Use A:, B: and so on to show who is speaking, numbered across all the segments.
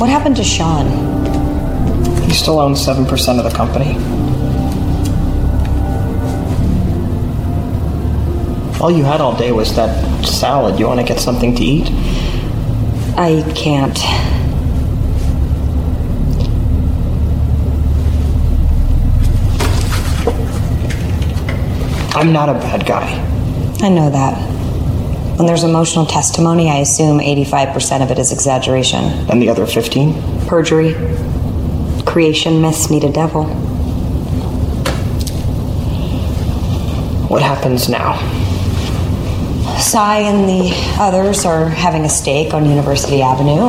A: What happened to Sean?
B: He still owns 7% of the company. All you had all day was that salad. You want to get something to eat?
A: I can't.
B: I'm not a bad guy.
A: I know that. When there's emotional testimony, I assume 85% of it is exaggeration.
B: And the other 15?
A: Perjury. Creation myths need a devil.
B: What happens now?
A: Cy and the others are having a stake on University Avenue.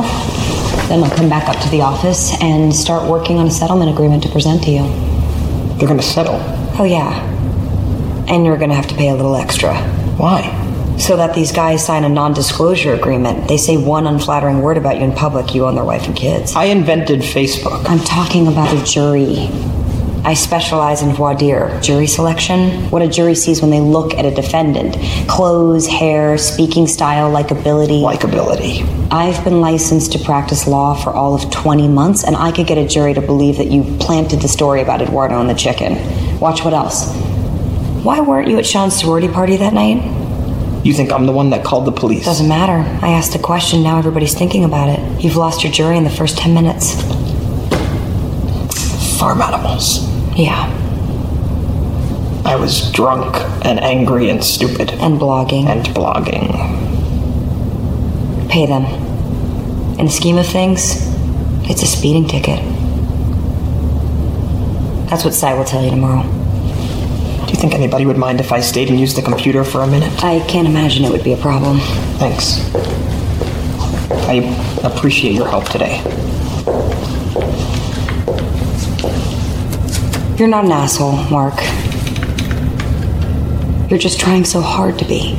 A: Then I'll come back up to the office and start working on a settlement agreement to present to you.
B: They're going to settle.
A: Oh, yeah. And you're going to have to pay a little extra.
B: Why?
A: So that these guys sign a non disclosure agreement. They say one unflattering word about you in public, you own their wife and kids.
B: I invented Facebook.
A: I'm talking about a jury. I specialize in voir dire, jury selection, what a jury sees when they look at a defendant clothes, hair, speaking style, likability.
B: Likeability.
A: I've been licensed to practice law for all of 20 months, and I could get a jury to believe that you planted the story about Eduardo and the chicken. Watch what else. Why weren't you at Sean's sorority party that night?
B: You think I'm the one that called the police?
A: Doesn't matter. I asked a question, now everybody's thinking about it. You've lost your jury in the first 10 minutes.
B: Farm animals.
A: Yeah.
B: I was drunk and angry and stupid.
A: And blogging.
B: And blogging.
A: Pay them. In the scheme of things, it's a speeding ticket. That's what Cy will tell you tomorrow.
B: Do you think anybody would mind if I stayed and used the computer for a minute?
A: I can't imagine it would be a problem.
B: Thanks. I appreciate your help today.
A: You're not an asshole, Mark. You're just trying so hard to be.